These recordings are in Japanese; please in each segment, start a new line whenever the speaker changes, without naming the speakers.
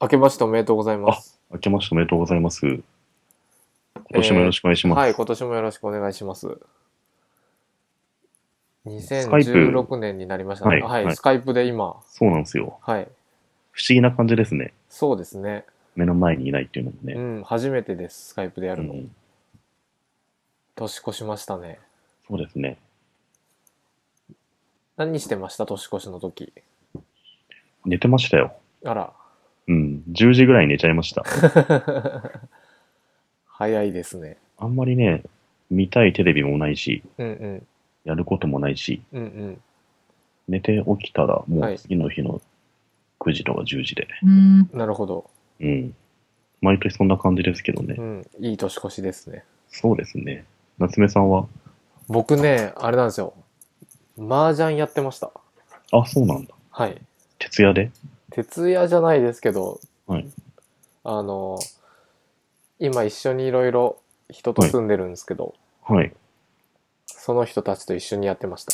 明けましておめでとうございます。
明けましておめでとうございます。今年もよろしくお願いします。
はい、今年もよろしくお願いします。2016年になりましたね。
スカイプ
は、
はいはいい
スカイプで今、
そうなんですよ。
はい、
不思議な感じですね。
そうですね。
目の前にいないっていうのも
う
ね。
ん、初めてです、スカイプでや
う
るの。
ん、
年越しましたね。
そうですね。
何してました年越しの時。
寝てましたよ。
あら、
うん。10時ぐらいに寝ちゃいました。
早いですね。
あんまりね、見たいテレビもないし、
うんうん、
やることもないし、
うんうん。
寝て起きたらも
は
う
い
次の日の9時とか10時で。
なるほど。
うん。毎年そんな感じですけどね
う。ん、いい年越しですね。
そうですね。夏目さんは
僕ね、あれなんですよ。麻雀やってました。
あ、そうなんだ。
はい。
徹夜で
徹夜じゃないですけど、
はい
あの今一緒にいろいろ人と住んでるんですけど、
はい。
その人たちと一緒にやってました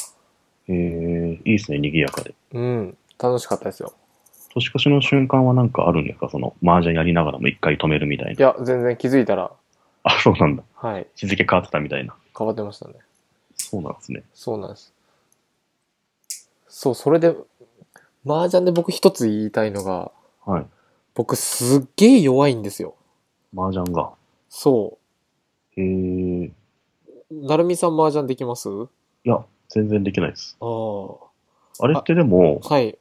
えー、いいですね、賑やかで。
うん楽しかったですよ
年越しの瞬間はなんかあるんですかその、麻雀やりながらも一回止めるみたい
い
な。
や全然気づいたら
あ、そうなんだ。
はい
日付変わってたみたいな。
変わってましたね
そうなんですね。
そうなんですそうそれで麻雀で僕一つ言いたいのが
はい。
僕すっげえ弱いんですよ
麻雀が。
そ
えー、いう
なるみさん麻雀できますあ
や、全然できないです。
あ
あれってでも、
はい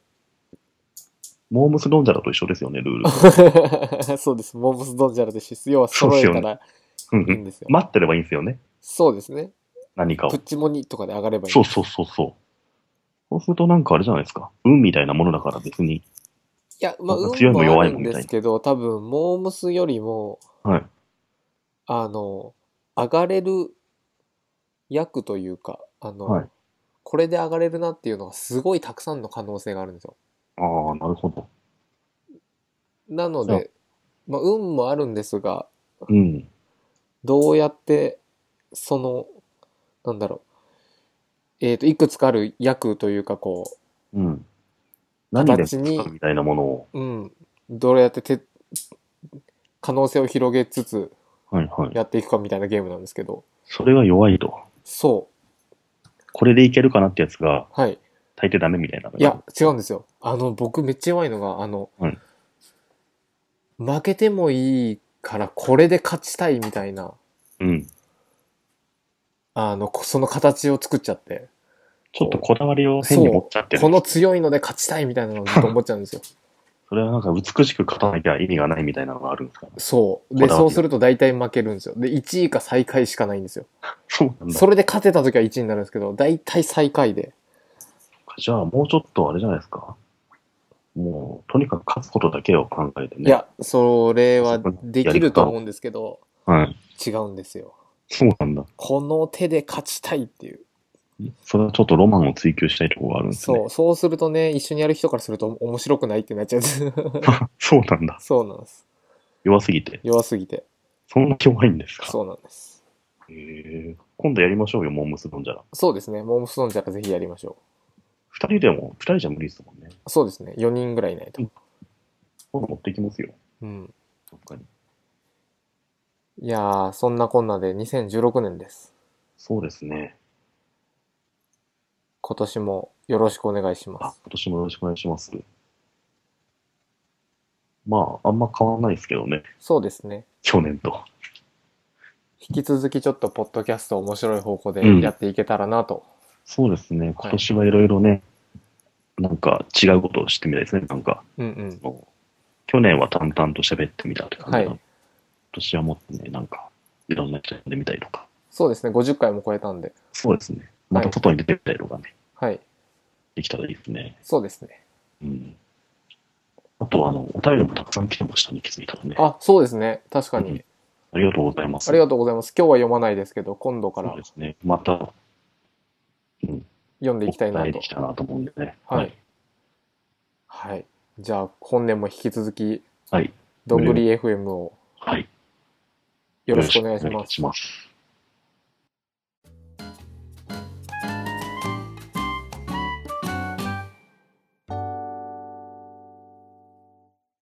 モームスドンジャラと一緒ですよね、ルール。
そうですモーブスドンジャラでし要は揃えたら
うん
いういん
ん
ですよ
待ってればいいんですよね。
そうですね。
何か
プッ
を。
チモニとかで上がればいい。
そうそうそうそう。そうするとなんかあれじゃないですか。運みたいなものだから別に。
いや、まあ、
なんか
運
強いも
もあ
弱い
る
も
ん
みたいな
ですけど、多分、モームスよりも、
はい。
あの、上がれる役というか、あの、
はい
これで上がれるなっていうのがすごいたくさんの可能性があるんですよ。
ああ、なるほど。
なので、まあ、運もあるんですが、
うん。
どうやって、その、なんだろう、えっ、と、いくつかある役というか、こう、
うん。何で
形に
使うみたいなものを。
うん、どうやってて可能性を広げつつ
はいはい。
やっていくかみたいなゲームなんですけど
それが弱いと。
そ
これでいけるかなってやつが、
うはい
大抵ダメみたいな。
いや。違うんですよあの僕めっちゃ弱いのがあの、
はい
負けてもいいからこれで勝ちたいみたいな
うん。
あのこその形を作っちゃって
ちょっとこだわりを変に持っちゃってる。
この強いので勝ちたいみたいなのをずっと思っちゃうんですよ
それはなんか美しく勝たなきゃ意味がないみたいなのがあるんですかね。
そう
こ
で
だわり
そうすると大体負けるんですよで1位か最下位しかないんですよ
そうなんだ。
それで勝てた時は1位になるんですけど大体最下位で
じゃあもうちょっとあれじゃないですか。もう、とにかく勝つことだけを考えてね。
い。や、それはできると思うんですけど、
はい。
違うんですよ。
そうなんだ。
この手で勝ちたいっていう。
それはちょっとロマンを追求したいところがあるんですね。
そう、そうするとね、一緒にやる人からすると面白くないってなっちゃう。
そうなんだ。
そうなんです。
弱すぎて。
弱すぎて。
そんな弱いんですか。
そうなんです。
へえ今度やりましょうよ、モームス飲んじゃら。
そうですね。モームストーンじゃらぜひやりましょ
二人でも、二人じゃ無理ですもんね。
う。そうですね。4人ぐらいいないと。
今度持ってきますよ。
うん。
どっかに。
いやー、そんなこんなで2016年です。
そうですね。
今年もよろしくお願いしま
あ
す。、
今年もよろしくお願いします。まあ、あんま変わらないですけどね。
そうですね。
去年と。
引き続きちょっと、ポッドキャストを面白い方向
うん
でやっていけたらなと。
そうですね。今年はいろいろね、なんか違うことをしてみたいですね。なんか、
うんうん。
去年は淡々と喋ってみたって感じな
はい
の、今年はもっとね、なんか、いろんな人呼んでみたりとか。
そうですね。50回も超えたんで。
そうですね。また外に出てみたりとかね、
はい。
できたらいいですね。
そうですね。
うん。あと、あの、お便りもたくさん来てましたね、気づいたらね。あ
あ、そうですね。確かに。
うんりがとうございます。
あり
が
がとうございます。今日は読まないですけど、今度から
そうですね。また、
読んでいきたいな
お便り
と
でき。たなと思うんでね。
はい。はい。じゃあ、本年も引き続き、
はい。
どんぐり FM を
はい。
よろしくお願いし
よろ
ま
く
す。
お願いします。